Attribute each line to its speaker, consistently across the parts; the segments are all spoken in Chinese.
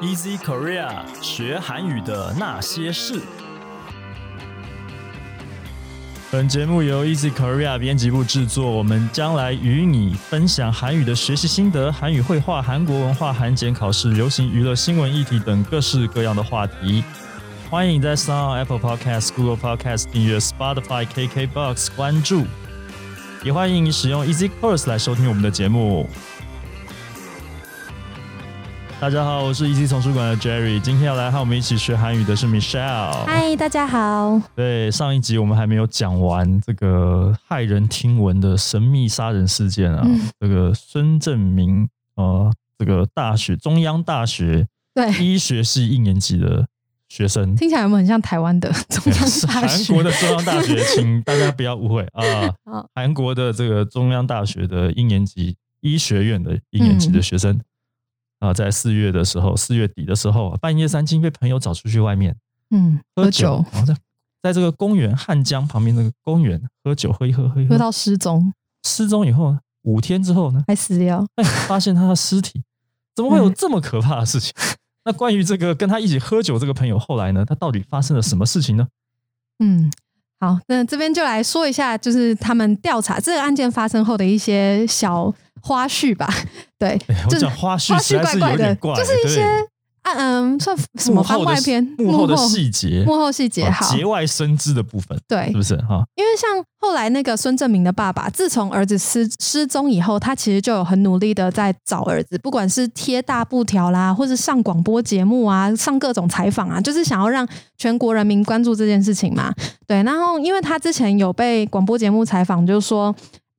Speaker 1: Easy Korea 学韩语的那些事。本节目由 Easy Korea 编辑部制作，我们将来与你分享韩语的学习心得、韩语绘画、韩国文化、韩检考试、流行娱乐、新闻议题等各式各样的话题。欢迎在 Sound、Apple Podcast、Google Podcast 订阅 Spotify、KKBox 关注，也欢迎使用 Easy Course 来收听我们的节目。大家好，我是 EZ 丛书馆的 Jerry，今天要来和我们一起学韩语的是 Michelle。
Speaker 2: 嗨，大家好。
Speaker 1: 对，上一集我们还没有讲完这个骇人听闻的神秘杀人事件啊，
Speaker 2: 嗯
Speaker 1: 这个孙正明呃，这个大学中央大学
Speaker 2: 对，
Speaker 1: 医学系一年级的学生，
Speaker 2: 听起来有没有很像台湾的 中央
Speaker 1: 是
Speaker 2: 大
Speaker 1: 韩
Speaker 2: 学？
Speaker 1: 国的中央大学，请大家不要误会啊
Speaker 2: 好，
Speaker 1: 韩国的这个中央大学的一年级医学院的一年级的学生啊、在四月的时候，四月底的时候，半夜三更被朋友找出去外面
Speaker 2: 嗯，喝
Speaker 1: 喝
Speaker 2: 酒
Speaker 1: 酒，然后在在这个公园汉江旁边那个公园喝酒，喝一喝，喝一
Speaker 2: 喝
Speaker 1: 喝，
Speaker 2: 到失踪
Speaker 1: 失踪以后呢，五天之后呢，
Speaker 2: 还死掉。
Speaker 1: 哎，发现他的尸体，怎么会有
Speaker 2: 嗯
Speaker 1: 这么可怕的事情？ 那关于这个跟他一起喝酒这个朋友，后来呢，他到底发生了什么事情呢？
Speaker 2: 嗯，好，那这边就来说一下，就是他们调查这个案件发生后的一些小花絮吧。 对
Speaker 1: 哎，我
Speaker 2: 就是
Speaker 1: 讲花絮
Speaker 2: 花
Speaker 1: 实
Speaker 2: 絮
Speaker 1: 在
Speaker 2: 怪
Speaker 1: 是有
Speaker 2: 的，
Speaker 1: 点怪，
Speaker 2: 就是一些
Speaker 1: 对
Speaker 2: 啊嗯，算什么
Speaker 1: 幕
Speaker 2: 番
Speaker 1: 后的
Speaker 2: 外篇、
Speaker 1: 幕后的细节、
Speaker 2: 幕后细节。
Speaker 1: 啊
Speaker 2: 好，
Speaker 1: 节外生枝的部分，
Speaker 2: 对
Speaker 1: 是，不是哈？
Speaker 2: 因为像后来那个孙正明的爸爸，自从儿子失失踪以后，他其实就有很努力的在找儿子，不管是贴大布条啦，或是上广播节目啊，上各种采访啊，就是想要让全国人民关注这件事情嘛。对，然后因为他之前有被广播节目采访，就说，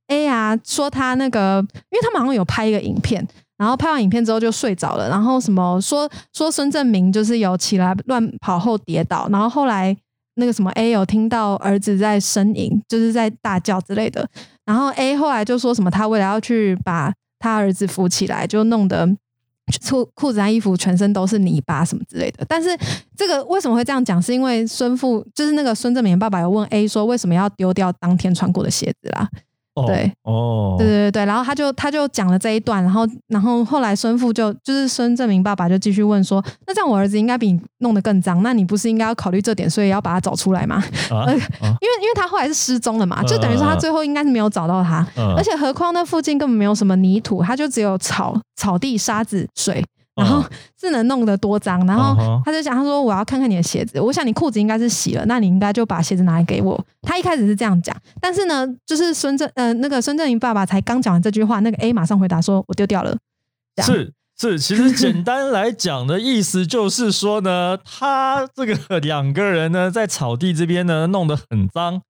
Speaker 2: 哎呀，说他那个，因为他们好像有拍一个影片，然后拍完影片之后就睡着了，然后什么说说孙正明就是有起来乱跑后跌倒，然后后来那个什么 A 有听到儿子在呻吟，就是在大叫之类的，然后 A 后来就说什么他为了要去把他儿子扶起来，就弄得。裤裤子啊、衣服全身都是泥巴什么之类的，但是这个为什么会这样讲？是因为孙父就是那个孙正明爸爸有问 A 说为什么要丢掉当天穿过的鞋子啦，
Speaker 1: 哦
Speaker 2: 对
Speaker 1: 哦，
Speaker 2: 对对对，然后他就他就讲了这一段，然后然后后来孙父就就是孙正明爸爸就继续问说，那这样我儿子应该比你弄得更脏，那你不是应该要考虑这点，所以要把他找出来吗？
Speaker 1: 啊啊
Speaker 2: 呃因为因为他后来是失踪了嘛，就等于说他最后应该是没有找到他，
Speaker 1: 嗯
Speaker 2: 而且何况那附近根本没有什么泥土，他就只有草草地、沙子、水，然后
Speaker 1: 嗯
Speaker 2: 是能弄得多脏？然
Speaker 1: 嗯
Speaker 2: 后
Speaker 1: 哼
Speaker 2: 他就讲，他说我要看看你的鞋子，我想你裤子应该是洗了，那你应该就把鞋子拿来给我。他一开始是这样讲，但是呢，就是孙正呃那个孙正云爸爸才刚讲完这句话，那个 A 马上回答说我丢掉了。这样
Speaker 1: 是是，其 实简单来讲的意思就是说呢，他这个两个人呢在草地这边呢弄得很脏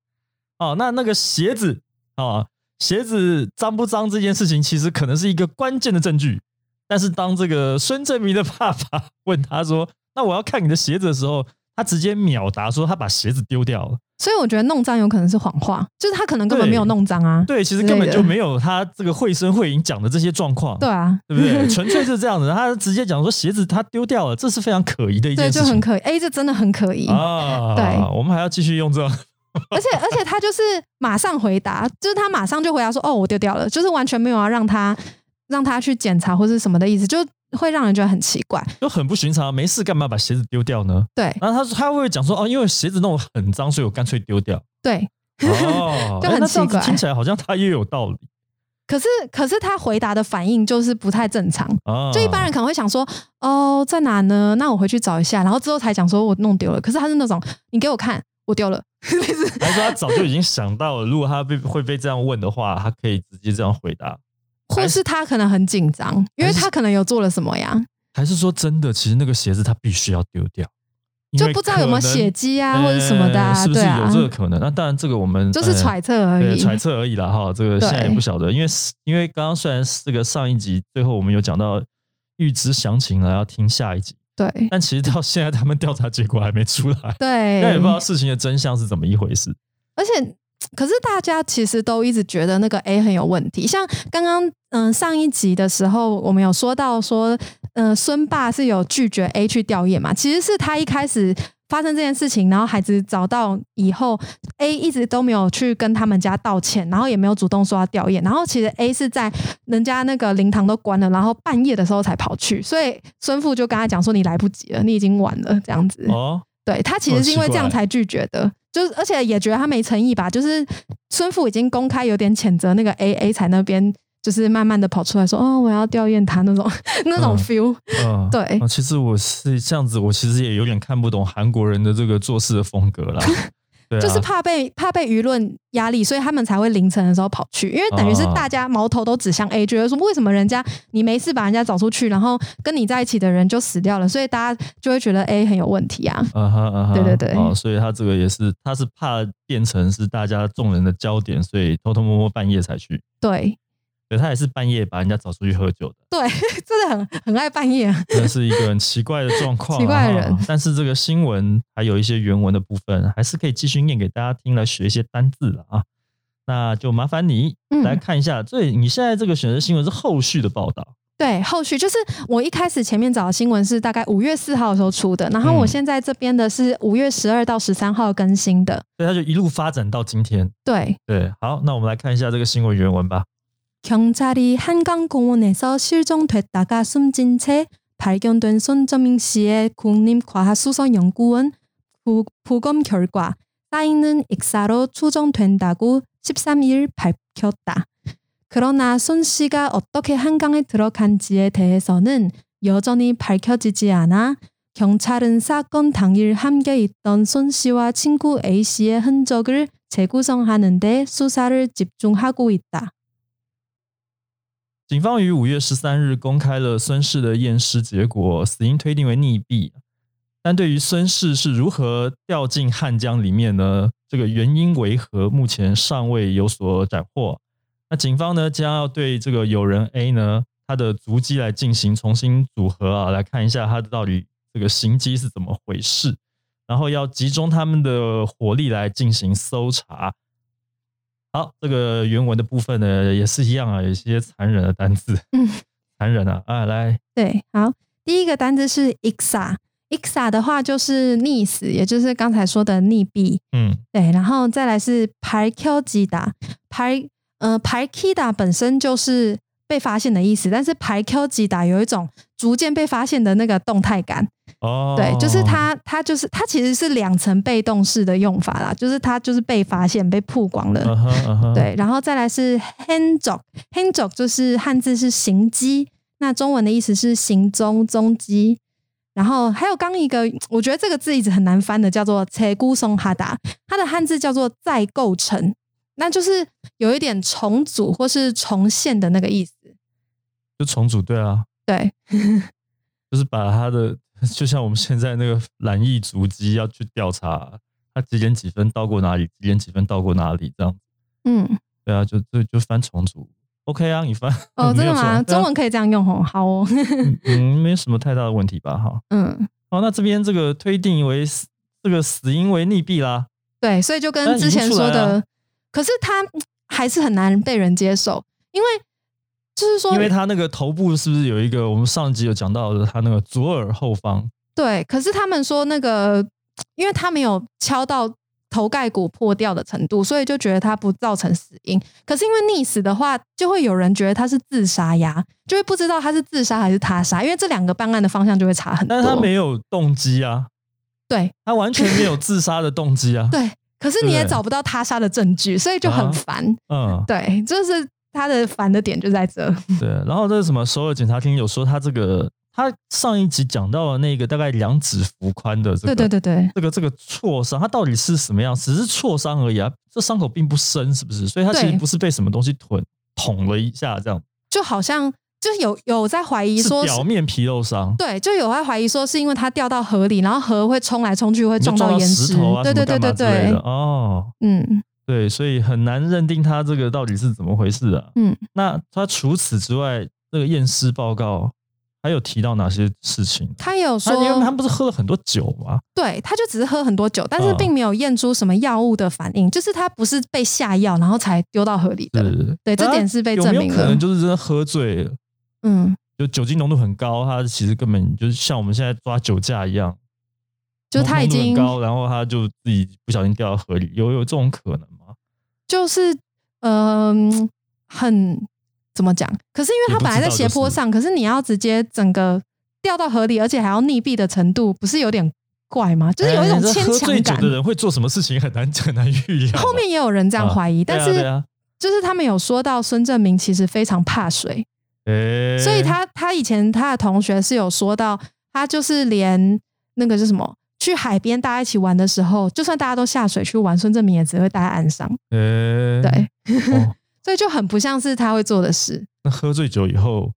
Speaker 1: 哦。那那个鞋子啊，鞋子脏不脏这件事情，其实可能是一个关键的证据。但是当这个孙正明的爸爸问他说：“那我要看你的鞋子”的时候，他直接秒答说他把鞋子丢掉了。
Speaker 2: 所以我觉得弄脏有可能是谎话，就是他可能根本
Speaker 1: 对
Speaker 2: 没有弄脏啊。
Speaker 1: 对，其实
Speaker 2: 之
Speaker 1: 根
Speaker 2: 类
Speaker 1: 本就
Speaker 2: 的
Speaker 1: 没有他这个绘声绘影讲的这些状况。
Speaker 2: 对啊，
Speaker 1: 对不 对？纯粹是这样子，他直接讲说鞋子他丢掉了，这是非常可疑的一件
Speaker 2: 对，
Speaker 1: 事
Speaker 2: 就很
Speaker 1: 情
Speaker 2: 可疑。A 这真的很可疑。
Speaker 1: 啊。
Speaker 2: 对
Speaker 1: 我们还要继续用这种
Speaker 2: 而且而且他就是马上回答，就是他马上就回答说：“哦，我丢掉了。”就是完全没有要让他让他去检查或是什么的意思，就会让人觉得很奇怪。
Speaker 1: 就很不寻常，没事干嘛把鞋子丢掉呢？
Speaker 2: 对
Speaker 1: 然后他说他会讲说哦，因为鞋子弄得很脏，所以我干脆丢掉。
Speaker 2: 对，
Speaker 1: 哦，
Speaker 2: 就很
Speaker 1: 哎那这样子
Speaker 2: 奇怪
Speaker 1: 听起来好像他也有道理
Speaker 2: 可是可是他回答的反应就是不太正常。
Speaker 1: 啊。
Speaker 2: 就一般人可能会想说，哦，在哪呢？那我回去找一下，然后之后才讲说我弄丢了。可是他是那种，你给我看，我丢了，
Speaker 1: 还说他早就已经想到了，如果他被会被这样问的话，他可以直接这样回答。
Speaker 2: 或是他可能很紧张，因为他可能有做了什么呀，
Speaker 1: 还是说真的，其实那个鞋子他必须要丢掉，因
Speaker 2: 就
Speaker 1: 为
Speaker 2: 不知道有没有
Speaker 1: 可能
Speaker 2: 血迹啊，或者什么的、啊，
Speaker 1: 呃是不是
Speaker 2: 对啊
Speaker 1: 有，这个可能？那当然，这个我们
Speaker 2: 就是
Speaker 1: 呃
Speaker 2: 揣测而
Speaker 1: 对，
Speaker 2: 已。
Speaker 1: 揣测而已啦哈。这个现在也
Speaker 2: 对
Speaker 1: 不晓得，因为是因为刚刚虽然这个上一集最后我们有讲到预知详情了，要听下一集，
Speaker 2: 对
Speaker 1: 但其实到现在他们调查结果还没出来，
Speaker 2: 对，
Speaker 1: 那也不知道事情的真相是怎么一回事。
Speaker 2: 而且，可是大家其实都一直觉得那个 A 很有问题。像刚刚嗯上一集的时候，我们呃有说到说，嗯、孙爸是有拒绝 A 去吊唁嘛，其实是他一开始发生这件事情，然后孩子找到以后，A 一直都没有去跟他们家道歉，然后也没有主动说要吊唁，然后其实 A 是在人家那个灵堂都关了，然后半夜的时候才跑去，所以孙父就跟他讲说你来不及了，你已经晚了这样子。
Speaker 1: 哦，
Speaker 2: 对他其实是因为这样才拒绝的，就是而且也觉得他没诚意吧，就是孙父已经公开有点谴责那个 A A 才那边。就是慢慢的跑出来说，哦，我要吊唁他那种那种
Speaker 1: 嗯
Speaker 2: feel，、
Speaker 1: 嗯，
Speaker 2: 对
Speaker 1: 啊，其实我是这样子，我其实也有点看不懂韩国人的这个做事的风格 啦。对啊，
Speaker 2: 就是怕被怕被舆论压力，所以他们才会凌晨的时候跑去，因为等
Speaker 1: 哦
Speaker 2: 于是大家矛头都指向 A，、觉得说为什么人家你没事把人家找出去，然后跟你在一起的人就死掉了，所以大家就会觉得 A 很有问题啊。
Speaker 1: 嗯哼嗯哼，
Speaker 2: 对对对
Speaker 1: 哦，所以他这个也是，他是怕变成是大家众人的焦点，所以偷偷摸摸半夜才去。
Speaker 2: 对
Speaker 1: 对他也是半夜把人家找出去喝酒的，
Speaker 2: 对， 真的很很爱半夜啊。
Speaker 1: 这是一个很奇怪的状况啊。
Speaker 2: 奇怪的人
Speaker 1: 但是这个新闻还有一些原文的部分，还是可以继续念给大家听，来学一些单字了啊。那就麻烦你
Speaker 2: 嗯
Speaker 1: 来看一下，所以你现在这个选择新闻是后续的报道，
Speaker 2: 对，后续就是我一开始前面找的新闻是大概五月四号的时候出的，然后我
Speaker 1: 嗯
Speaker 2: 现在这边的是五月十二到十三号更新的。
Speaker 1: 所以它就一路发展到今天。
Speaker 2: 对，
Speaker 1: 对，好，那我们来看一下这个新闻原文吧。
Speaker 2: 경찰이 한강공원에서 실종됐다가 숨진 채 발견된 손정민 씨의 국립과학수서연구원 부- 부검 결과 쌓이는 익사로 추정된다고 13일 밝혔다. 그러나 손 씨가 어떻게 한강에 들어간지에 대해서는 여전히 밝혀지지 않아 경찰은 사건 당일 함께 있던 손 씨와 친구 A 씨의 흔적을 재구성하는 데 수사를 집중하고 있다.
Speaker 1: 警方于五月十三日公开了孙氏的验尸结果，死因推定为溺毙。但对于孙氏是如何掉进汉江里面呢？这个原因为何，目前尚未有所斩获。那警方呢，将要对这个友人 A 呢，他的足迹来进行重新组合啊，来看一下他到底这个行迹是怎么回事，然后要集中他们的火力来进行搜查。好，这个原文的部分呢，也是一样啊，有一些残忍的单字，
Speaker 2: 嗯
Speaker 1: 残忍啊啊，来，
Speaker 2: 对，好，第一个单字是 ixa。ixa 的话就是溺死，也就是刚才说的溺毙。
Speaker 1: 嗯
Speaker 2: 对，然后再来是 p a r k i d a p a r 呃 p a r k i d a 本身就是被发现的意思，但是 p a r k i d a 有一种逐渐被发现的那个动态感。
Speaker 1: 哦，
Speaker 2: 对，就是，它，它就是它其实是两层被动式的用法啦，就是它就是被发现、被曝光了。
Speaker 1: 嗯哼嗯哼，，
Speaker 2: 对，然后再来是 hanjok，hanjok 就是汉字是行迹，那中文的意思是行踪踪迹。然后还有刚一个，我觉得这个字一直很难翻的，叫做 c 孤松哈达，它的汉字叫做再构成，那就是有一点重组或是重现的那个意思。
Speaker 1: 就重组，对啊，
Speaker 2: 对，
Speaker 1: 就是把他的，就像我们现在那个蓝翼足迹要去调查，他几点几分到过哪里，几点几分到过哪里，这样，
Speaker 2: 嗯，
Speaker 1: 对啊，就就就翻重组，OK 啊， 你翻，
Speaker 2: 哦，
Speaker 1: 没
Speaker 2: 真
Speaker 1: 有
Speaker 2: 的吗？
Speaker 1: 错啊
Speaker 2: 中文，可以这样用哦，好哦，
Speaker 1: 对啊嗯，没什么太大的问题吧，哈，
Speaker 2: 嗯，
Speaker 1: 好，那这边这个推定为死这个死因为溺毙啦，
Speaker 2: 对，所以就
Speaker 1: 但
Speaker 2: 跟
Speaker 1: 是
Speaker 2: 之
Speaker 1: 引不
Speaker 2: 前
Speaker 1: 出
Speaker 2: 说
Speaker 1: 来
Speaker 2: 的，
Speaker 1: 啊
Speaker 2: 可是它嗯还是很难被人接受，因为就是说
Speaker 1: 因为他那个头部是不是有一个我们上集有讲到的，他那个左耳后方，
Speaker 2: 对，可是他们说那个，因为他没有敲到头盖骨破掉的程度，所以就觉得他不造成死因。可是因为溺死的话，就会有人觉得他是自杀呀，就会不知道他是自杀还是他杀，因为这两个办案的方向就会差很多。
Speaker 1: 但是他没有动机啊，
Speaker 2: 对。，
Speaker 1: 他完全没有自杀的动机啊
Speaker 2: 对，可是你
Speaker 1: 对
Speaker 2: 也
Speaker 1: 不对
Speaker 2: 找不到他杀的证据，所以就很
Speaker 1: 啊
Speaker 2: 烦。
Speaker 1: 嗯，
Speaker 2: 对，就是他的烦的点就在这。
Speaker 1: 对。然后这是什么？首尔警察厅有说他这个，他上一集讲到的那个大概两指幅宽的这
Speaker 2: 对
Speaker 1: 个，
Speaker 2: 对对对，
Speaker 1: 这个这个挫伤，他到底是什么样？只是挫伤而已啊，这伤口并不深，是不是？所以他其
Speaker 2: 对
Speaker 1: 实不是被什么东西捅捅了一下这样，
Speaker 2: 就好像就是有有在怀疑
Speaker 1: 是
Speaker 2: 说
Speaker 1: 表面皮肉伤。
Speaker 2: 对，就有在怀疑说是因为他掉到河里，然后河会冲来冲去，会
Speaker 1: 你就
Speaker 2: 撞
Speaker 1: 撞
Speaker 2: 岩石。
Speaker 1: 石头啊，
Speaker 2: 对
Speaker 1: 什
Speaker 2: 对
Speaker 1: 么
Speaker 2: 对
Speaker 1: 干
Speaker 2: 对
Speaker 1: 嘛之类
Speaker 2: 对
Speaker 1: 的，哦，
Speaker 2: 嗯，
Speaker 1: 对，所以很难认定他这个到底是怎么回事啊。
Speaker 2: 嗯，
Speaker 1: 那他除此之外，这个验尸报告还有提到哪些事情呢？
Speaker 2: 他也有
Speaker 1: 他
Speaker 2: 说，
Speaker 1: 因为他们不是喝了很多酒吗？
Speaker 2: 对，他就只是喝很多酒，但
Speaker 1: 嗯
Speaker 2: 是并没有验出什么药物的反应，就是他不是被下药然后才丢到河里的。
Speaker 1: 是，
Speaker 2: 对这
Speaker 1: 那
Speaker 2: 点是被
Speaker 1: 有
Speaker 2: 证
Speaker 1: 没有
Speaker 2: 明
Speaker 1: 可
Speaker 2: 了
Speaker 1: 能就是真的喝醉了，
Speaker 2: 嗯，
Speaker 1: 就酒精浓度很高，他其实根本就是像我们现在抓酒驾一样，
Speaker 2: 就是他已
Speaker 1: 浓度很
Speaker 2: 经
Speaker 1: 高，然后他就自己不小心掉到河里，有有这种可能吗？
Speaker 2: 就是嗯、很怎么讲？可是因为
Speaker 1: 也
Speaker 2: 它
Speaker 1: 不
Speaker 2: 本来
Speaker 1: 知
Speaker 2: 在
Speaker 1: 道
Speaker 2: 斜
Speaker 1: 就是
Speaker 2: 坡上，可是你要直接整个掉到河里，而且还要溺毙的程度，不是有点怪吗？就是有一种
Speaker 1: 哎这
Speaker 2: 牵
Speaker 1: 喝
Speaker 2: 强
Speaker 1: 醉酒
Speaker 2: 感。
Speaker 1: 的人会做什么事情很难很难预料吧。
Speaker 2: 后面也有人这样
Speaker 1: 啊
Speaker 2: 怀疑，
Speaker 1: 对啊
Speaker 2: 但是
Speaker 1: 对啊
Speaker 2: 就是他们有说到孙正明其实非常怕水，
Speaker 1: 哎，
Speaker 2: 所以他他以前他的同学是有说到，他就是连那个是什么，去海边大家一起玩的时候，就算大家都下水去玩，孙正明也只会待在岸上，
Speaker 1: 哎，
Speaker 2: 对，
Speaker 1: 哦
Speaker 2: 所以就很不像是他会做的事。
Speaker 1: 那喝醉酒以后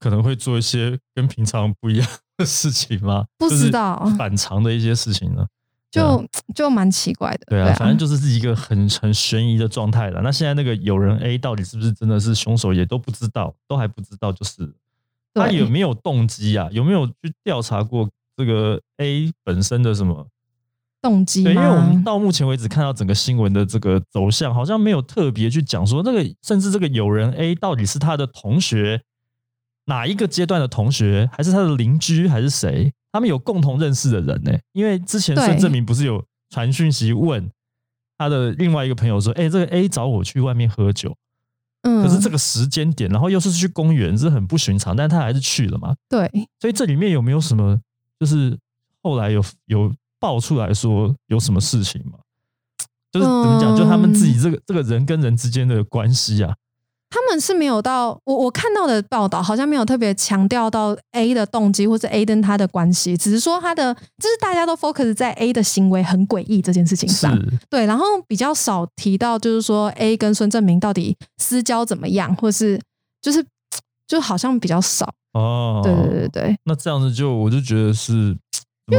Speaker 1: 可能会做一些跟平常不一样的事情吗？
Speaker 2: 不
Speaker 1: 就是
Speaker 2: 知道
Speaker 1: 反常的一些事情呢？对啊
Speaker 2: 就、就蛮奇怪的，
Speaker 1: 对啊，反正就是一个很很悬疑的状态了。那现在那个有人 A 到底是不是真的是凶手，也都不知道，都还不知道，就是他
Speaker 2: 对
Speaker 1: 有没有动机啊？有没有去调查过这个 A 本身的什么？
Speaker 2: 动机
Speaker 1: 对，因为我们
Speaker 2: 嘛，
Speaker 1: 到目前为止看到整个新闻的这个走向，好像没有特别去讲说那个，甚至这个友人 A 到底是他的同学，哪一个阶段的同学，还是他的邻居，还是谁？他们有共同认识的人呢、因为之前
Speaker 2: 对
Speaker 1: 孙正明不是有传讯息问他的另外一个朋友说：“哎、这个 A 找我去外面喝酒，
Speaker 2: 嗯，
Speaker 1: 可是这个时间点，然后又是去公园，是很不寻常，但他还是去了嘛。”
Speaker 2: 对
Speaker 1: 所以这里面有没有什么，就是后来有有爆出来说有什么事情吗？就是怎么讲，
Speaker 2: 嗯
Speaker 1: 就他们自己这个这个人跟人之间的关系啊，
Speaker 2: 他们是没有到我我看到的报道，好像没有特别强调到 A 的动机或者 A 跟他的关系，只是说他的就是大家都 focus 在 A 的行为很诡异这件事情
Speaker 1: 是
Speaker 2: 上，对，然后比较少提到就是说 A 跟孙正明到底私交怎么样，或是就是就好像比较少，
Speaker 1: 哦，
Speaker 2: 对对对对，
Speaker 1: 那这样子就我就觉得是，
Speaker 2: 就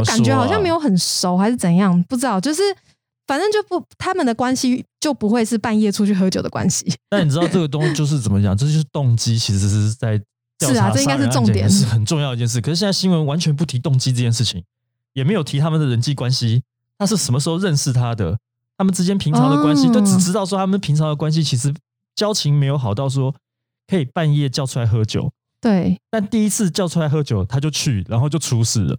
Speaker 1: 怎么说啊
Speaker 2: 感觉好像没有很熟还是怎样，不知道，就是反正就不他们的关系就不会是半夜出去喝酒的关系，
Speaker 1: 但你知道这个东西就是怎么讲，这就是动机，其实是在调
Speaker 2: 是啊
Speaker 1: 查
Speaker 2: 这应该是
Speaker 1: 杀人案
Speaker 2: 重
Speaker 1: 件
Speaker 2: 点
Speaker 1: 是很重要的一件事。可是现在新闻完全不提动机这件事情，也没有提他们的人际关系，他是什么时候认识他的，他们之间平常的关系，
Speaker 2: 哦
Speaker 1: 都只知道说他们平常的关系其实交情没有好到说可以半夜叫出来喝酒，
Speaker 2: 对，
Speaker 1: 但第一次叫出来喝酒他就去，然后就出事了。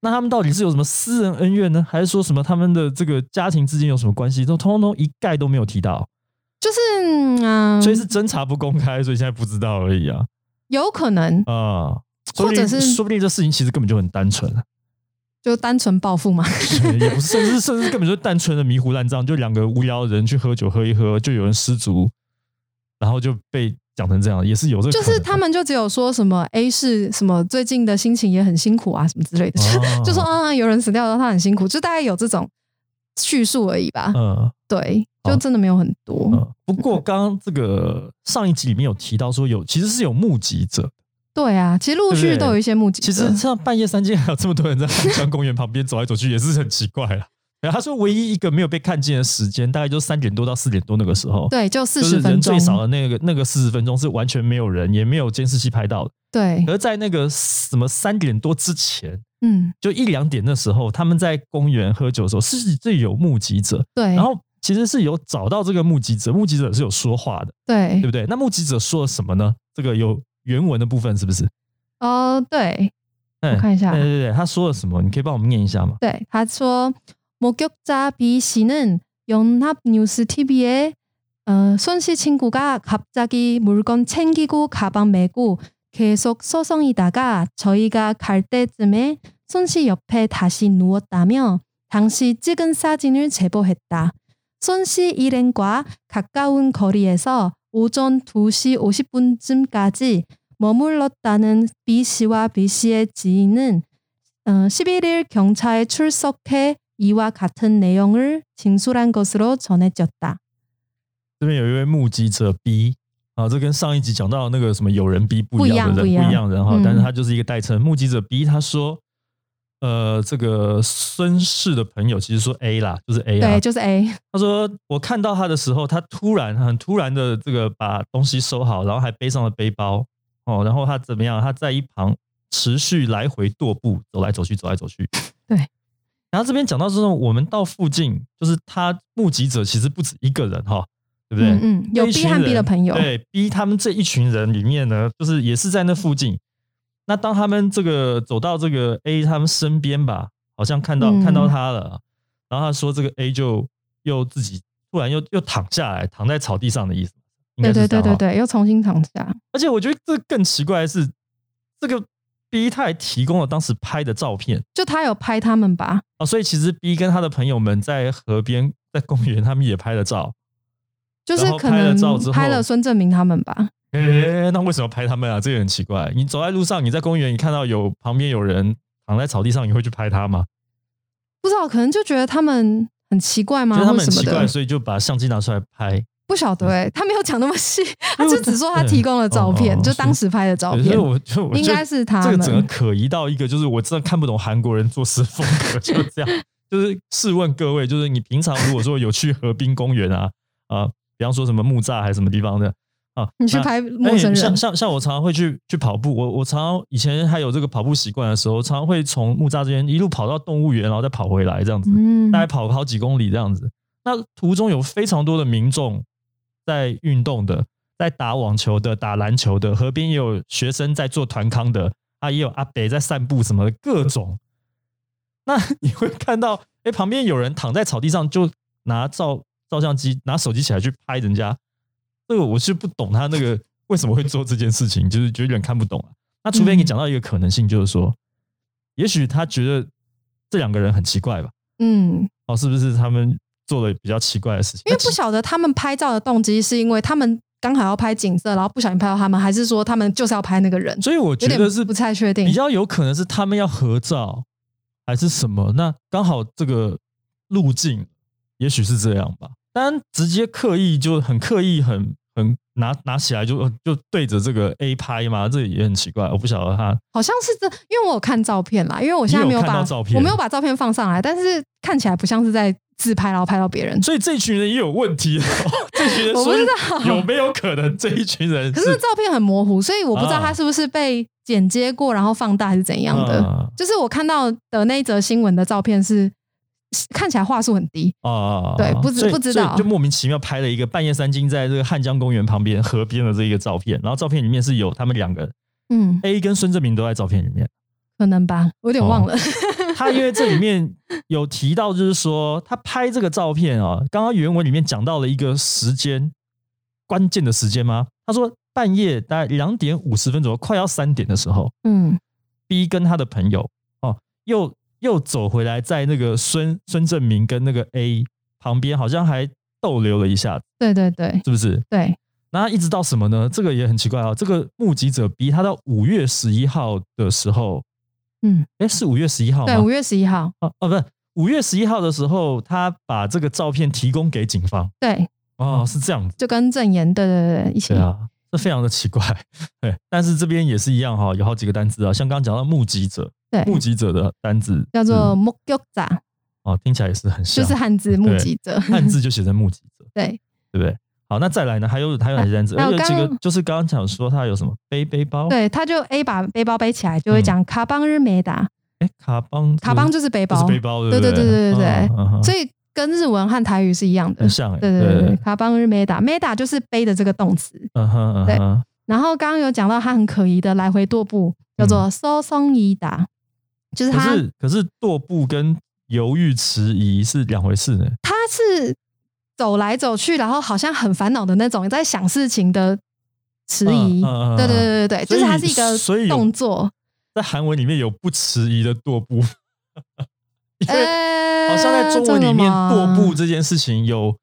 Speaker 1: 那他们到底是有什么私人恩怨呢，还是说什么他们的这个家庭之间有什么关系，都通通一概都没有提到？
Speaker 2: 就是嗯，
Speaker 1: 所以是侦查不公开，所以现在不知道而已啊
Speaker 2: 有可能
Speaker 1: 啊、说
Speaker 2: 或
Speaker 1: 不定
Speaker 2: 者是
Speaker 1: 说不定这事情其实根本就很单纯，啊
Speaker 2: 就单纯暴富嘛，
Speaker 1: 也不是，甚至甚至根本就是单纯的迷糊烂账，就两个无聊的人去喝酒喝一喝，就有人失足，然后就被讲成这样，也是有这个可
Speaker 2: 就
Speaker 1: 能
Speaker 2: 是他们就只有说什么 A 是什么最近的心情也很辛苦啊，什么之类的，就
Speaker 1: 哦
Speaker 2: 就说啊有人死掉了，他很辛苦，就大概有这种叙述而已吧。
Speaker 1: 嗯
Speaker 2: 对，就
Speaker 1: 好
Speaker 2: 真的没有很多。
Speaker 1: 嗯。不过刚刚这个上一集里面有提到说有其实是有目击者，
Speaker 2: 对啊，其实陆
Speaker 1: 对
Speaker 2: 续
Speaker 1: 不对
Speaker 2: 都有一些目击
Speaker 1: 其
Speaker 2: 者
Speaker 1: 实，像半夜三更还有这么多人在汉江公园旁边走来走去，也是很奇怪啦。然后他说唯一一个没有被看见的时间，大概就三点多到四点多那个时候。
Speaker 2: 对，就四
Speaker 1: 就是
Speaker 2: 十分
Speaker 1: 人
Speaker 2: 钟
Speaker 1: 最，少的那个那个四十分钟是完全没有人，也没有监视器拍到的。
Speaker 2: 对，
Speaker 1: 而在那个什么三点多之前，
Speaker 2: 嗯，
Speaker 1: 就一两点的时候，他们在公园喝酒的时候是是有目击者，
Speaker 2: 对
Speaker 1: 然，后其实是有找到这个目击者，目击者是有说话的，
Speaker 2: 对
Speaker 1: 对不，对？那目击者说了什么呢？这个有原文的部分是不是？
Speaker 2: 哦，对，
Speaker 1: 我
Speaker 2: 我看一下
Speaker 1: 对对对，他说了什么？你可以帮我们念一下吗？
Speaker 2: 对，他说 네, 목격자비씨는연합뉴스티비에 어, 손씨 친구가 갑자기 물건 챙기고 가방 메고 계속 서성이다가 저희가 갈 때쯤에 손씨 옆에 다시 누웠다며 당시 찍은 사진을 제보했다. 손씨 일행과 가까운 거리에서 오전 2시 50분쯤까지 머물렀다는 B씨와 B씨의 지인은 어, 11일 경차에 출석해 이와 같은 내용을 진술한 것으로 전해졌다.
Speaker 1: 这边有一位目击者 B 啊，这跟上一集讲到那个什么有人 B 不一样的人
Speaker 2: 不一样
Speaker 1: 一样的人哈，
Speaker 2: 嗯
Speaker 1: 但是他就是一个代称。目击者 B 他说，呃，这个孙氏的朋友其实说 A 啦，就是 A 啊
Speaker 2: 对，，就是 A，
Speaker 1: 他说我看到他的时候，他突然很突然的这个把东西收好，然后还背上了背包哦，然后他怎么样？他在一旁持续来回踱步，走来走去，走来走去。
Speaker 2: 对。
Speaker 1: 然后这边讲到这种，我们到附近，就是他目击者其实不止一个人哈，对不对？
Speaker 2: 嗯嗯有
Speaker 1: 这一
Speaker 2: 음, B
Speaker 1: 群
Speaker 2: 和 B
Speaker 1: 人
Speaker 2: 的朋友
Speaker 1: 对 B 他们这一群人里面呢，就是也是在那附近。那当他们这个走到这个 A 他们身边吧，好像看到、
Speaker 2: 嗯
Speaker 1: 看到他了。然后他说这个 A 就又自己突然又又躺下来，躺在草地上的意思，应该
Speaker 2: 对
Speaker 1: 是这
Speaker 2: 对对
Speaker 1: 样
Speaker 2: 对
Speaker 1: 哈。
Speaker 2: 对，又重新躺下。
Speaker 1: 而且我觉得这更奇怪的是，这个 B 太提供了当时拍的照片
Speaker 2: 就他有拍他们吧？
Speaker 1: 啊、哦所以其实 B 跟他的朋友们在河边、在公园，他们也拍了照。
Speaker 2: 就是
Speaker 1: 然后
Speaker 2: 可
Speaker 1: 拍了
Speaker 2: 能
Speaker 1: 照之后
Speaker 2: 拍了孙正明他们吧？
Speaker 1: 诶、那为什么拍他们啊？这个很奇怪。你走在路上，你在公园，你看到有旁边有人躺在草地上，你会去拍他吗？
Speaker 2: 不知道，可能就觉得他们很奇怪吗？
Speaker 1: 觉得他
Speaker 2: 或
Speaker 1: 们很
Speaker 2: 什么
Speaker 1: 奇怪，
Speaker 2: 的？
Speaker 1: 所以就把相机拿出来拍。
Speaker 2: 不晓得哎、他没有讲那么细，他就只说他
Speaker 1: 对
Speaker 2: 提供了照片，
Speaker 1: 哦哦
Speaker 2: 就是当时拍的照
Speaker 1: 对
Speaker 2: 片
Speaker 1: 所以。我就我就
Speaker 2: 应该是他
Speaker 1: 这
Speaker 2: 们
Speaker 1: 个整个可疑到一个，就是我真的看不懂韩国人做事风格，就是这 样。就是试问各位，就是你平常如果说有去河滨公园啊啊，比方说什么木栅还是什么地方的啊，
Speaker 2: 你去
Speaker 1: 那
Speaker 2: 拍
Speaker 1: 哎
Speaker 2: 陌生
Speaker 1: 像
Speaker 2: 人，
Speaker 1: 像像我常常会去去跑步，我我常常以前还有这个跑步习惯的时候，常常会从木栅这边一路跑到动物园，然后再跑回来这样子。
Speaker 2: 嗯
Speaker 1: 大概跑好几公里这样子。那途中有非常多的民众在运动的，在打网球的、打篮球的，河边也有学生在做团康的，啊，也有阿北在散步什么的各种。那你会看到，哎、旁边有人躺在草地上，就拿照照相机、拿手机起来去拍人家。这个我是不懂他那个为什么会做这件事情，就是觉得有点看不懂啊。那除非你讲到一个可能性，就是说，也许他觉得这两个人很奇怪吧。
Speaker 2: 嗯，
Speaker 1: 哦，是不是他们做了比较奇怪的事情？
Speaker 2: 因为不
Speaker 1: 那其
Speaker 2: 晓得他们拍照的动机是因为他们刚好要拍景色，然后不小心拍到他们，还是说他们就是要拍那个人？
Speaker 1: 所以我觉
Speaker 2: 有
Speaker 1: 得
Speaker 2: 点
Speaker 1: 是
Speaker 2: 不太确定
Speaker 1: 比较有可能是他们要合照还是什么？那刚好这个路径也许是这样吧。当然，直接刻意就很刻意很。很拿拿起来就呃就对着这个 A 拍嘛，这也很奇怪，我不晓得他
Speaker 2: 好像是这，因为我有看照片啦，因为我现在
Speaker 1: 你
Speaker 2: 没
Speaker 1: 有看
Speaker 2: 把
Speaker 1: 到照片
Speaker 2: 我没有把照片放上来，但是看起来不像是在自拍，然后拍到别人。
Speaker 1: 所以这群人也有问题哦。 这群人
Speaker 2: 我
Speaker 1: 说
Speaker 2: 不知道
Speaker 1: 有没有可能这一群人
Speaker 2: 可是照片很模糊，所以我不知道
Speaker 1: 啊
Speaker 2: 他是不是被剪接过，然后放大还是怎样的。
Speaker 1: 啊
Speaker 2: 就是我看到的那一则新闻的照片是看起来话术很低，
Speaker 1: 啊，
Speaker 2: 对不知
Speaker 1: 所以
Speaker 2: 不知
Speaker 1: 所以
Speaker 2: 道
Speaker 1: 就莫名其妙拍了一个半夜三更在这个汉江公园旁边河边的这一个照片，然后照片里面是有他们两个人
Speaker 2: 嗯，
Speaker 1: A 跟孙正明都在照片里面。
Speaker 2: 可能吧，我有点忘了。
Speaker 1: 哦他因为这里面有提到，就是说他拍这个照片啊，刚刚原文里面讲到了一个时间关键的时间吗？他说半夜大概两点五十分左右，快要三点的时候
Speaker 2: 嗯，
Speaker 1: ，B 跟他的朋友哦，又又走回来，在那个孙孙正明跟那个 A 旁边，好像还逗留了一下，
Speaker 2: 对对对
Speaker 1: 是不是？
Speaker 2: 对，
Speaker 1: 那一直到什么呢？这个也很奇怪啊、这个目击者 B 他到五月十一号的时候，
Speaker 2: 嗯，
Speaker 1: 哎，是五月十一号
Speaker 2: 对，五
Speaker 1: 吗？
Speaker 2: 月十一号，
Speaker 1: 哦哦，不是五月十一号的时候，他把这个照片提供给警方。
Speaker 2: 对，
Speaker 1: 哦，是这样子。
Speaker 2: 就跟郑言，对对嗯对，一起
Speaker 1: 对，啊，这非常的奇怪。 对，但是这边也是一样哈、有好几个单字啊，像刚刚讲到目击者，
Speaker 2: 对
Speaker 1: 目击者的单字
Speaker 2: 叫
Speaker 1: 是
Speaker 2: 做目击者，
Speaker 1: 哦，听起来也嗯是很像，
Speaker 2: 就是汉字目击者，
Speaker 1: 汉字就写成目击者，
Speaker 2: 对，
Speaker 1: 对不对？好，那再来呢？还有还有哪些单字？
Speaker 2: 还有
Speaker 1: 而且这
Speaker 2: 刚
Speaker 1: 个就是刚刚讲说他有什么背背包，
Speaker 2: 对，他就 A 把背包背起来，就
Speaker 1: 嗯
Speaker 2: 会讲卡邦日美达，
Speaker 1: 哎，卡邦
Speaker 2: 卡邦就是背
Speaker 1: 就是
Speaker 2: 包，
Speaker 1: 背包，
Speaker 2: 对
Speaker 1: 对嗯
Speaker 2: 对对对对对
Speaker 1: 对
Speaker 2: 所
Speaker 1: 以
Speaker 2: 以跟日文和台语是一样的
Speaker 1: 很。像哎，
Speaker 2: 对对对对，卡邦日美达，美达就是背的这个动词。
Speaker 1: 嗯哼嗯
Speaker 2: 对
Speaker 1: 哼，
Speaker 2: 然后刚刚有讲到他很可疑的来回踱步，叫做搜松伊达，就是
Speaker 1: 嗯可
Speaker 2: 他
Speaker 1: 是可是踱步跟犹豫迟疑是两回事呢，
Speaker 2: 他是走来走去，然后好像很烦恼的那种，在想事情的迟
Speaker 1: 嗯
Speaker 2: 疑。
Speaker 1: 嗯嗯嗯
Speaker 2: 对对对对对，
Speaker 1: 所
Speaker 2: 就
Speaker 1: 以
Speaker 2: 是他是一
Speaker 1: 所以
Speaker 2: 个
Speaker 1: 有
Speaker 2: 动作，
Speaker 1: 在韩文里面有不迟疑的踱步， 因为
Speaker 2: 呃，
Speaker 1: 好像在中文里
Speaker 2: 真的
Speaker 1: 面
Speaker 2: 吗
Speaker 1: 踱步这件事情有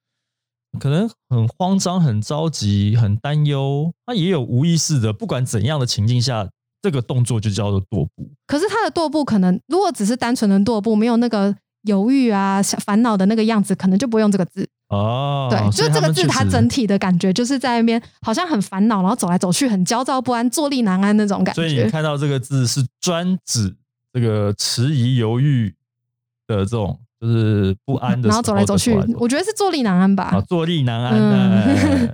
Speaker 1: 可能很慌张、很着急、很担忧，那也有无意识的，不管怎样的情境下，这个动作就叫做踱步。
Speaker 2: 可是他的踱步可能，如果只是单纯的踱步，没有那个犹豫啊、想烦恼的那个样子，可能就不用这个字。
Speaker 1: 哦，
Speaker 2: 对，
Speaker 1: 所
Speaker 2: 就
Speaker 1: 以
Speaker 2: 这
Speaker 1: 他
Speaker 2: 个
Speaker 1: 们
Speaker 2: 字，
Speaker 1: 确
Speaker 2: 它
Speaker 1: 实
Speaker 2: 整体的感觉就是在那边好像很烦恼，然后走来走去，很焦躁不安、坐立难安那种感
Speaker 1: 所以你
Speaker 2: 觉。
Speaker 1: 看到这个字是专指这个迟疑、犹豫的这种，就是不安的时候
Speaker 2: 然后走来走去
Speaker 1: 的走来，走
Speaker 2: 我觉得是坐立难安吧
Speaker 1: 啊，。坐立难安
Speaker 2: 嗯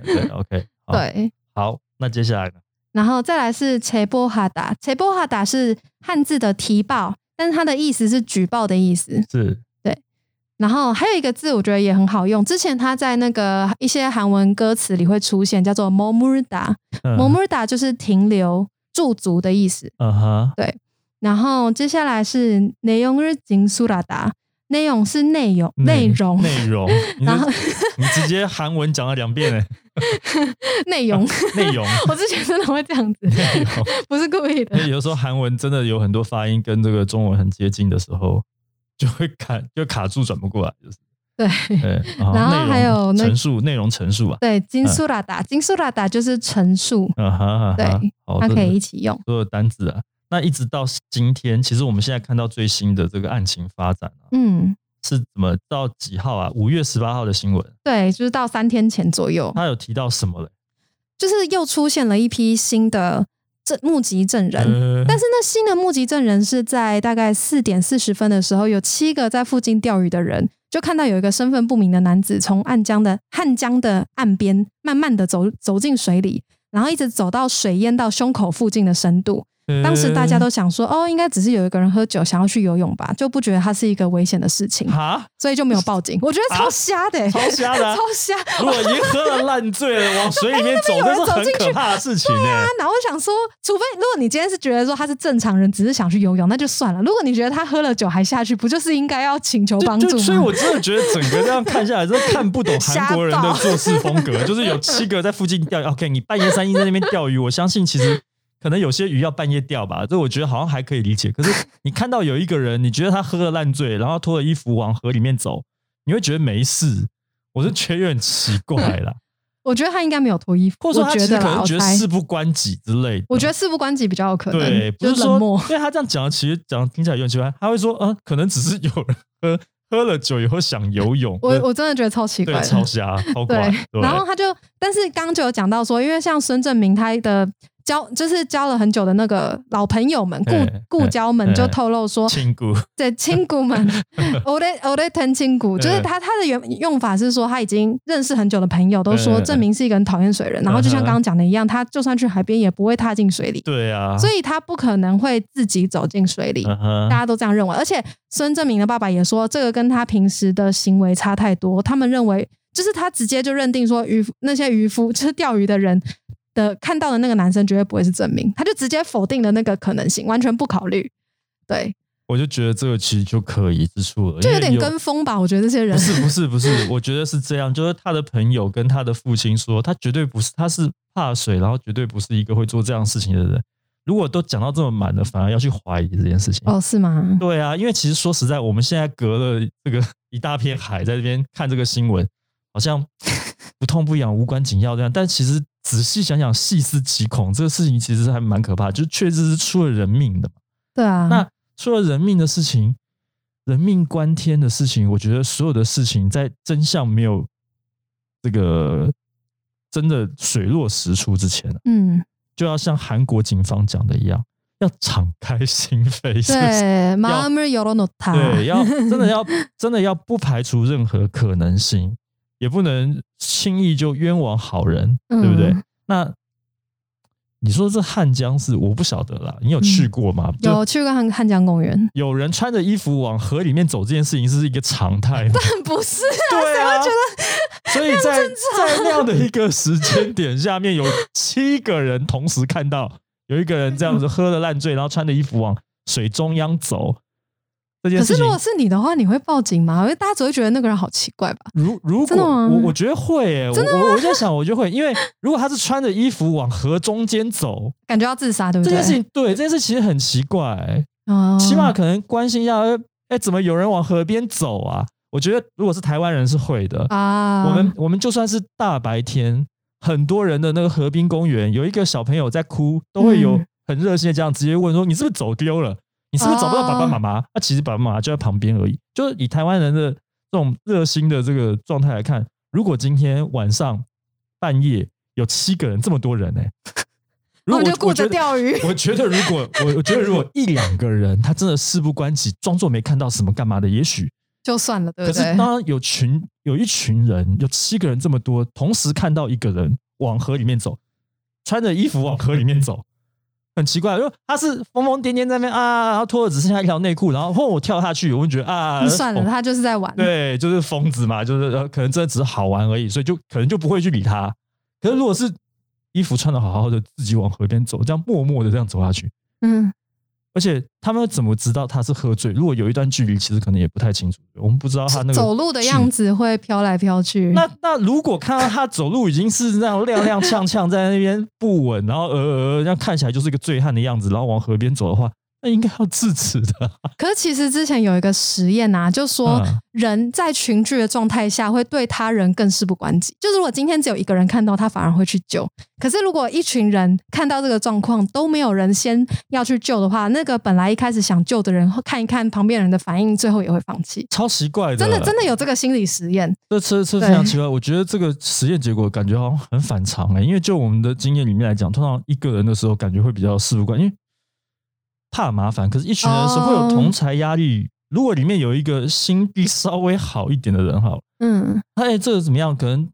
Speaker 1: 哎 对，OK，好，
Speaker 2: 对，
Speaker 1: 好，那接下来呢？
Speaker 2: 然后再来是切波哈达，切波哈达是汉字的提报，但是它的意思是举报的意思。
Speaker 1: 是
Speaker 2: 然后还有一个字，我觉得也很好用，之前它在那个一些韩文歌词里会出现，叫做 momurda。
Speaker 1: 嗯啊
Speaker 2: momurda 就是停留、驻足的意思。
Speaker 1: 嗯哼，
Speaker 2: 然后接下来是内容日经苏拉达，内容是内容
Speaker 1: 内
Speaker 2: 内容
Speaker 1: 内 嗯容，你
Speaker 2: 然后
Speaker 1: 这你直接韩文讲了两遍 哎，
Speaker 2: 内容，
Speaker 1: 内容
Speaker 2: 我之前真的会这样子，
Speaker 1: 内 容，
Speaker 2: 不是故意的
Speaker 1: 因。为有时候韩文真的有很多发音跟这个中文很接近的时候，就会卡就卡住转不过来，就是
Speaker 2: 对
Speaker 1: 对。啊
Speaker 2: 然后
Speaker 1: 内容
Speaker 2: 还有那
Speaker 1: 陈述内容陈述吧，啊
Speaker 2: 对，金苏拉达，金苏拉达就是陈述，
Speaker 1: 嗯哈，
Speaker 2: 对
Speaker 1: 哈哈好，
Speaker 2: 它
Speaker 1: 这
Speaker 2: 可
Speaker 1: 是
Speaker 2: 以一起用。
Speaker 1: 所有单字啊。那一直到今天，其实我们现在看到最新的这个案情发展啊，
Speaker 2: 嗯，
Speaker 1: 是怎么到几号啊？五月十八号的新闻，
Speaker 2: 对，就是到三天前左右，
Speaker 1: 他有提到什么嘞？
Speaker 2: 就是又出现了一批新的证目击证人。
Speaker 1: 呃
Speaker 2: 但是那新的目击证人是在大概四点四十分的时候，有七个在附近钓鱼的人就看到有一个身份不明的男子从汉江的汉江的岸边慢慢的走走进水里，然后一直走到水淹到胸口附近的深度。当时
Speaker 1: 嗯
Speaker 2: 大家都想说，哦，应该只是有一个人喝酒想要去游泳吧，就不觉得它是一个危险的事情
Speaker 1: 呃，哈，啊
Speaker 2: 所以 就没有报警。我觉得超瞎的、欸
Speaker 1: 超瞎的啊
Speaker 2: 超瞎。
Speaker 1: 如果已经喝了烂醉了，往水里面 走，
Speaker 2: 哎那边
Speaker 1: 这
Speaker 2: 有人
Speaker 1: 是很
Speaker 2: 走进去啊
Speaker 1: 可怕的事情欸呢。
Speaker 2: 然后我想说，除非如果你今天是觉得说他是正常人，只是想去游泳，那就算了。如果你觉得他喝了酒还下去，不就是应该要请求帮
Speaker 1: 就
Speaker 2: 助
Speaker 1: 就所以，
Speaker 2: 吗？
Speaker 1: 我真的觉得整个这样看下来，真的看不懂韩国人
Speaker 2: 吓
Speaker 1: 的
Speaker 2: 到
Speaker 1: 做事风格。就是有七个在附近钓鱼，OK，你半夜三更在那边钓鱼，我相信其实可能有些鱼要半夜钓吧，这我觉得好像还可以理解。可是你看到有一个人，你觉得他喝了烂醉，然后脱了衣服往河里面走，你会觉得没事，我是觉得有点奇怪啦。
Speaker 2: 我觉得他应该没有脱衣服，
Speaker 1: 或者说
Speaker 2: 嗯我
Speaker 1: 他其
Speaker 2: 觉
Speaker 1: 实
Speaker 2: 得
Speaker 1: 可
Speaker 2: 啦，
Speaker 1: 能
Speaker 2: 我
Speaker 1: 觉得
Speaker 2: 猜。
Speaker 1: 事不关己之类的。
Speaker 2: 我觉得事不关己比较有可能，
Speaker 1: 对，不
Speaker 2: 就是冷
Speaker 1: 说
Speaker 2: 漠，，
Speaker 1: 对他这样讲，其实讲听起来有点奇怪。他会说，嗯，可能只是有人喝喝了酒以后想游泳，
Speaker 2: 我我真的觉得超 奇怪
Speaker 1: 对
Speaker 2: 的。
Speaker 1: 超瞎超怪，对，
Speaker 2: 然后他就，但是刚刚就有讲到说，因为像孙正明他的交，就是交了很久的那个老朋友们、故
Speaker 1: 哎
Speaker 2: 故交们，
Speaker 1: 哎
Speaker 2: 就透露说，
Speaker 1: 亲姑，
Speaker 2: 对亲骨们 o l e o l e 藤亲
Speaker 1: 嗯
Speaker 2: 骨，就是他他的原用法是说他已经认识很久的朋友都
Speaker 1: 嗯
Speaker 2: 说
Speaker 1: 嗯嗯
Speaker 2: 证明是一个很讨厌水人，然后就像
Speaker 1: 嗯哼
Speaker 2: 刚刚讲的一样，他就算去海边也不会踏进水里，
Speaker 1: 对啊，
Speaker 2: 所以他不可能会自己走进水里。
Speaker 1: 嗯哼
Speaker 2: 大家都这样认为，而且孙正明的爸爸也说，这个跟他平时的行为差太多。他们认为，就是他直接就认定说渔夫那些渔夫就是钓鱼的人的看到的那个男生绝对不会是正明，他就直接否定了那个可能性，完全不考虑。对，
Speaker 1: 我就觉得这个其实就可疑之处了，
Speaker 2: 就有
Speaker 1: 因为
Speaker 2: 点跟风吧，我觉得这些人
Speaker 1: 不。是不是不是，我觉得是这样，就是他的朋友跟他的父亲说，他绝对不是，他是怕水，然后绝对不是一个会做这样事情的人。如果都讲到这么满了，反而要去怀疑这件事情。
Speaker 2: 哦，是吗？
Speaker 1: 对啊，因为其实说实在，我们现在隔了这个一大片海，在这边看这个新闻，好像不痛不痒、无关紧要这样。但其实仔细想想、细思极恐，这个事情其实还蛮可怕，就确实是出了人命的嘛。
Speaker 2: 对啊，
Speaker 1: 那出了人命的事情，人命关天的事情，我觉得所有的事情在真相没有这个真的水落石出之前，啊
Speaker 2: 嗯，
Speaker 1: 就要像韩国警方讲的一样，要敞开心扉，是不是？
Speaker 2: 对，马姆尤罗诺塔，
Speaker 1: 对，要真的 要真的要不排除任何可能性，也不能轻易就冤枉好人，对不对
Speaker 2: 嗯？
Speaker 1: 那你说这汉江是我不晓得啦，你有去
Speaker 2: 嗯
Speaker 1: 过吗？就
Speaker 2: 有去过汉汉江公园，
Speaker 1: 有人穿着衣服往河里面走这件事情是一个常态 吗？
Speaker 2: 不是
Speaker 1: 对啊，所以 在在那样的一个时间点下面，有七个人同时看到有一个人这样子喝了烂醉，然后穿着衣服往水中央走。这件
Speaker 2: 可
Speaker 1: 事
Speaker 2: 是
Speaker 1: 情
Speaker 2: 如果是你的话，你会报警吗？因为大家只会觉得那个人好奇怪吧？
Speaker 1: 如如果
Speaker 2: 真的吗
Speaker 1: 我我觉得会耶、我我我在想，我就会，因为如果他是穿着衣服往河中间走，
Speaker 2: 感觉要自杀，对不
Speaker 1: 这
Speaker 2: 对？
Speaker 1: 件事情对这件事其实很奇怪、
Speaker 2: 哦
Speaker 1: 起码可能关心一下，哎、怎么有人往河边走啊？我觉得如果是台湾人是会的，
Speaker 2: 啊，
Speaker 1: 我们我们就算是大白天，很多人的那个河滨公园有一个小朋友在哭，都会有
Speaker 2: 嗯哦
Speaker 1: 很热心的家长直接问说：“你是不是走丢了？你是不是找不到爸爸妈妈？”那、其实爸爸妈妈就在旁边而已。就是以台湾人的这种热心的这个状态来看，如果今天晚上半夜有七个人，这么多人呢、哎 如果
Speaker 2: 他们
Speaker 1: 我
Speaker 2: 就顾着。钓鱼，
Speaker 1: 我觉得，我觉得如果我我觉得如果一两个人他真的事不关己，装作没看到什么干嘛的，也许
Speaker 2: 就算了，对
Speaker 1: 可
Speaker 2: 不
Speaker 1: 是
Speaker 2: 对？
Speaker 1: 当然有群有一群人，有七个人这么多，同时看到一个人往河里面走，穿着衣服往河里面走， 很奇怪，因为他是疯疯癫癫在那边啊，然后脱的只剩下一条内裤，然后或我跳下去，我就觉得啊，
Speaker 2: 嗯算了，
Speaker 1: 疯
Speaker 2: 他就是在玩。
Speaker 1: 对，就是疯子嘛，就是呃可能真的只是好玩而已，所以就可能就不会去理他。可是如果是衣服穿的好好的，自己往河边走，这样默默的这样走下去，
Speaker 2: 嗯，
Speaker 1: 而且他们怎么知道他是喝醉？如果有一段距离，其实可能也不太清楚。我们不知道他那个
Speaker 2: 走路的样子会飘来飘去。
Speaker 1: 那那如果看到他走路已经是那样踉踉跄跄在那边不稳，然后呃呃呃，这样看起来就是一个醉汉的样子，然后往河边走的话，那应该要制止的。
Speaker 2: 可是其实之前有一个实验啊，就说
Speaker 1: 嗯
Speaker 2: 人在群聚的状态下会对他人更事不关己。就是如果今天只有一个人看到，他反而会去救。可是如果一群人看到这个状况都没有人先要去救的话，那个本来一开始想救的人看一看旁边人的反应，最后也会放弃。
Speaker 1: 超奇怪的，
Speaker 2: 真的真的有这个心理实验，
Speaker 1: 这这这非常奇怪。我觉得这个实验结果感觉好像很反常哎、因为就我们的经验里面来讲，通常一个人的时候感觉会比较事不关，因为怕麻烦，可是一群人的时候会有
Speaker 2: 哦
Speaker 1: 同才压力。如果里面有一个心地稍微好一点的人，好了，
Speaker 2: 嗯，
Speaker 1: 哎、这个怎么样？可能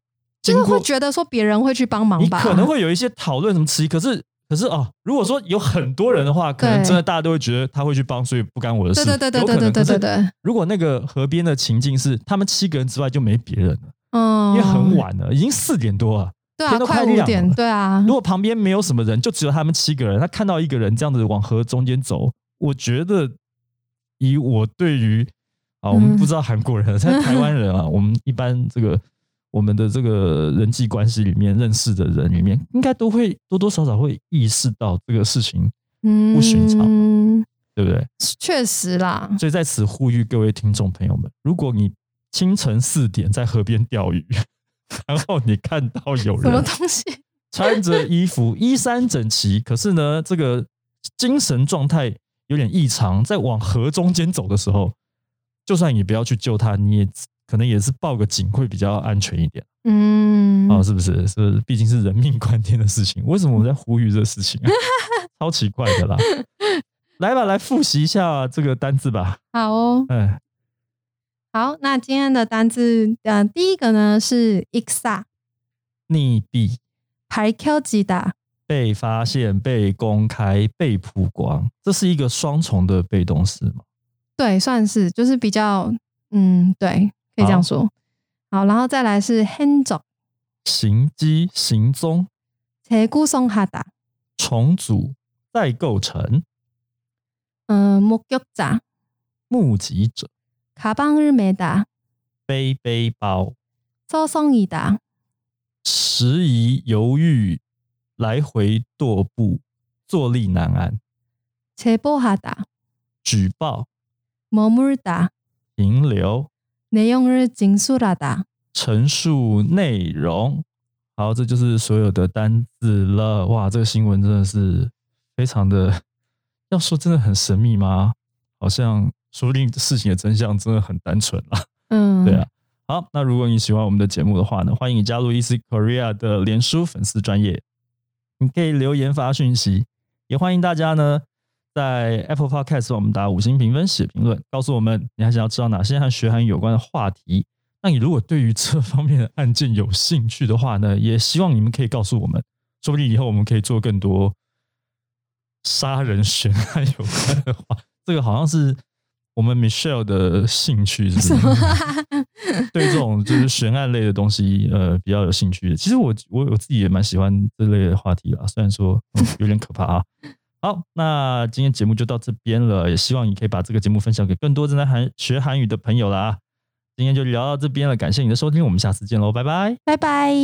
Speaker 1: 经
Speaker 2: 就是
Speaker 1: 过
Speaker 2: 会觉得说别人会去帮忙
Speaker 1: 你
Speaker 2: 吧，
Speaker 1: 可能会有一些讨论什么迟疑，可是可是哦，如果说有很多人的话，可能
Speaker 2: 对
Speaker 1: 真的大家都会觉得他会去帮，所以不干我的
Speaker 2: 对
Speaker 1: 事。
Speaker 2: 对对对
Speaker 1: 有可
Speaker 2: 对
Speaker 1: 能
Speaker 2: 对对对。
Speaker 1: 可是
Speaker 2: 对，
Speaker 1: 如果那个河边的情境是他们七个人之外就没别人了，因
Speaker 2: 嗯，
Speaker 1: 为很晚了，已经四点多了。
Speaker 2: 对啊，
Speaker 1: 天都
Speaker 2: 快
Speaker 1: 快
Speaker 2: 五
Speaker 1: 亮
Speaker 2: 点，
Speaker 1: 了
Speaker 2: 对啊
Speaker 1: 如，果旁边没有什么人，就只有他们七个人，他看到一个人这样子往河中间走，我觉得以我对于啊，我们
Speaker 2: 嗯
Speaker 1: 不知道韩国人，在台湾人啊，我们一般这个我们的这个人际关系里面认识的人里面，应该都会多多少少会意识到这个事情，
Speaker 2: 嗯，
Speaker 1: 不寻常对不对？
Speaker 2: 确实啦，
Speaker 1: 所以在此呼吁各位听众朋友们，如果你清晨四点在河边钓鱼， 然后你看到有
Speaker 2: 什么
Speaker 1: 人
Speaker 2: 东西？
Speaker 1: 穿着衣服衣衫整齐，可是呢，这个精神状态有点异常，在往河中间走的时候，就算你不要去救他，你也可能也是报个警会比较安全一点
Speaker 2: 嗯，
Speaker 1: 啊、是不是？是不是，毕竟是人命关天的事情，为什么我们在呼吁这事情啊？超奇怪的啦！来吧，来复习一下这个单字吧。
Speaker 2: 好哦，
Speaker 1: 哎，
Speaker 2: 好，那今天的单字，呃，第一个呢是 ixa
Speaker 1: 溺毙、
Speaker 2: 排 Q 吉达，
Speaker 1: 被发现、被公开、被曝光，这是一个双重的被动式吗？
Speaker 2: 对，算是就是比较，嗯，对，可以这样
Speaker 1: 好
Speaker 2: 说。好，然后再来是 henzo
Speaker 1: 行机、行踪、
Speaker 2: 切古松哈达，
Speaker 1: 重组、再构成、
Speaker 2: 嗯，목격자
Speaker 1: 目击者、
Speaker 2: 가방을매다
Speaker 1: 背背包、
Speaker 2: 서성이다
Speaker 1: 迟疑、犹豫、来回踱步、坐立难安、
Speaker 2: 제보하다
Speaker 1: 举报、
Speaker 2: 머물다
Speaker 1: 停留、
Speaker 2: 내용을징수하다
Speaker 1: 陈述内容。好，这就是所有的单字了。哇，这个新闻真的是非常的， 要说真的很神秘吗？好像说不定事情的真相真的很单纯啦。
Speaker 2: 嗯，
Speaker 1: 对啊，好，那如果你喜欢我们的节目的话呢，欢迎你加入 EC Korea 的脸书粉丝专业，你可以留言发讯息，也欢迎大家呢在 Apple Podcast 帮我们打五星评分、写评论，告诉我们你还想要知道哪些和学韩语有关的话题。那你如果对于这方面的案件有兴趣的话呢，也希望你们可以告诉我们，说不定以后我们可以做更多杀人悬案有关的话。这个好像是我们 Michelle 的兴趣，是不是？对这种就是悬案类的东西，呃，比较有兴趣的。其实我我我自己也蛮喜欢这类的话题啦，虽然说、嗯有点可怕啊。好，那今天节目就到这边了，也希望你可以把这个节目分享给更多正在韩学韩语的朋友啦。今天就聊到这边了，感谢你的收听，我们下次见喽，拜拜。
Speaker 2: 拜拜。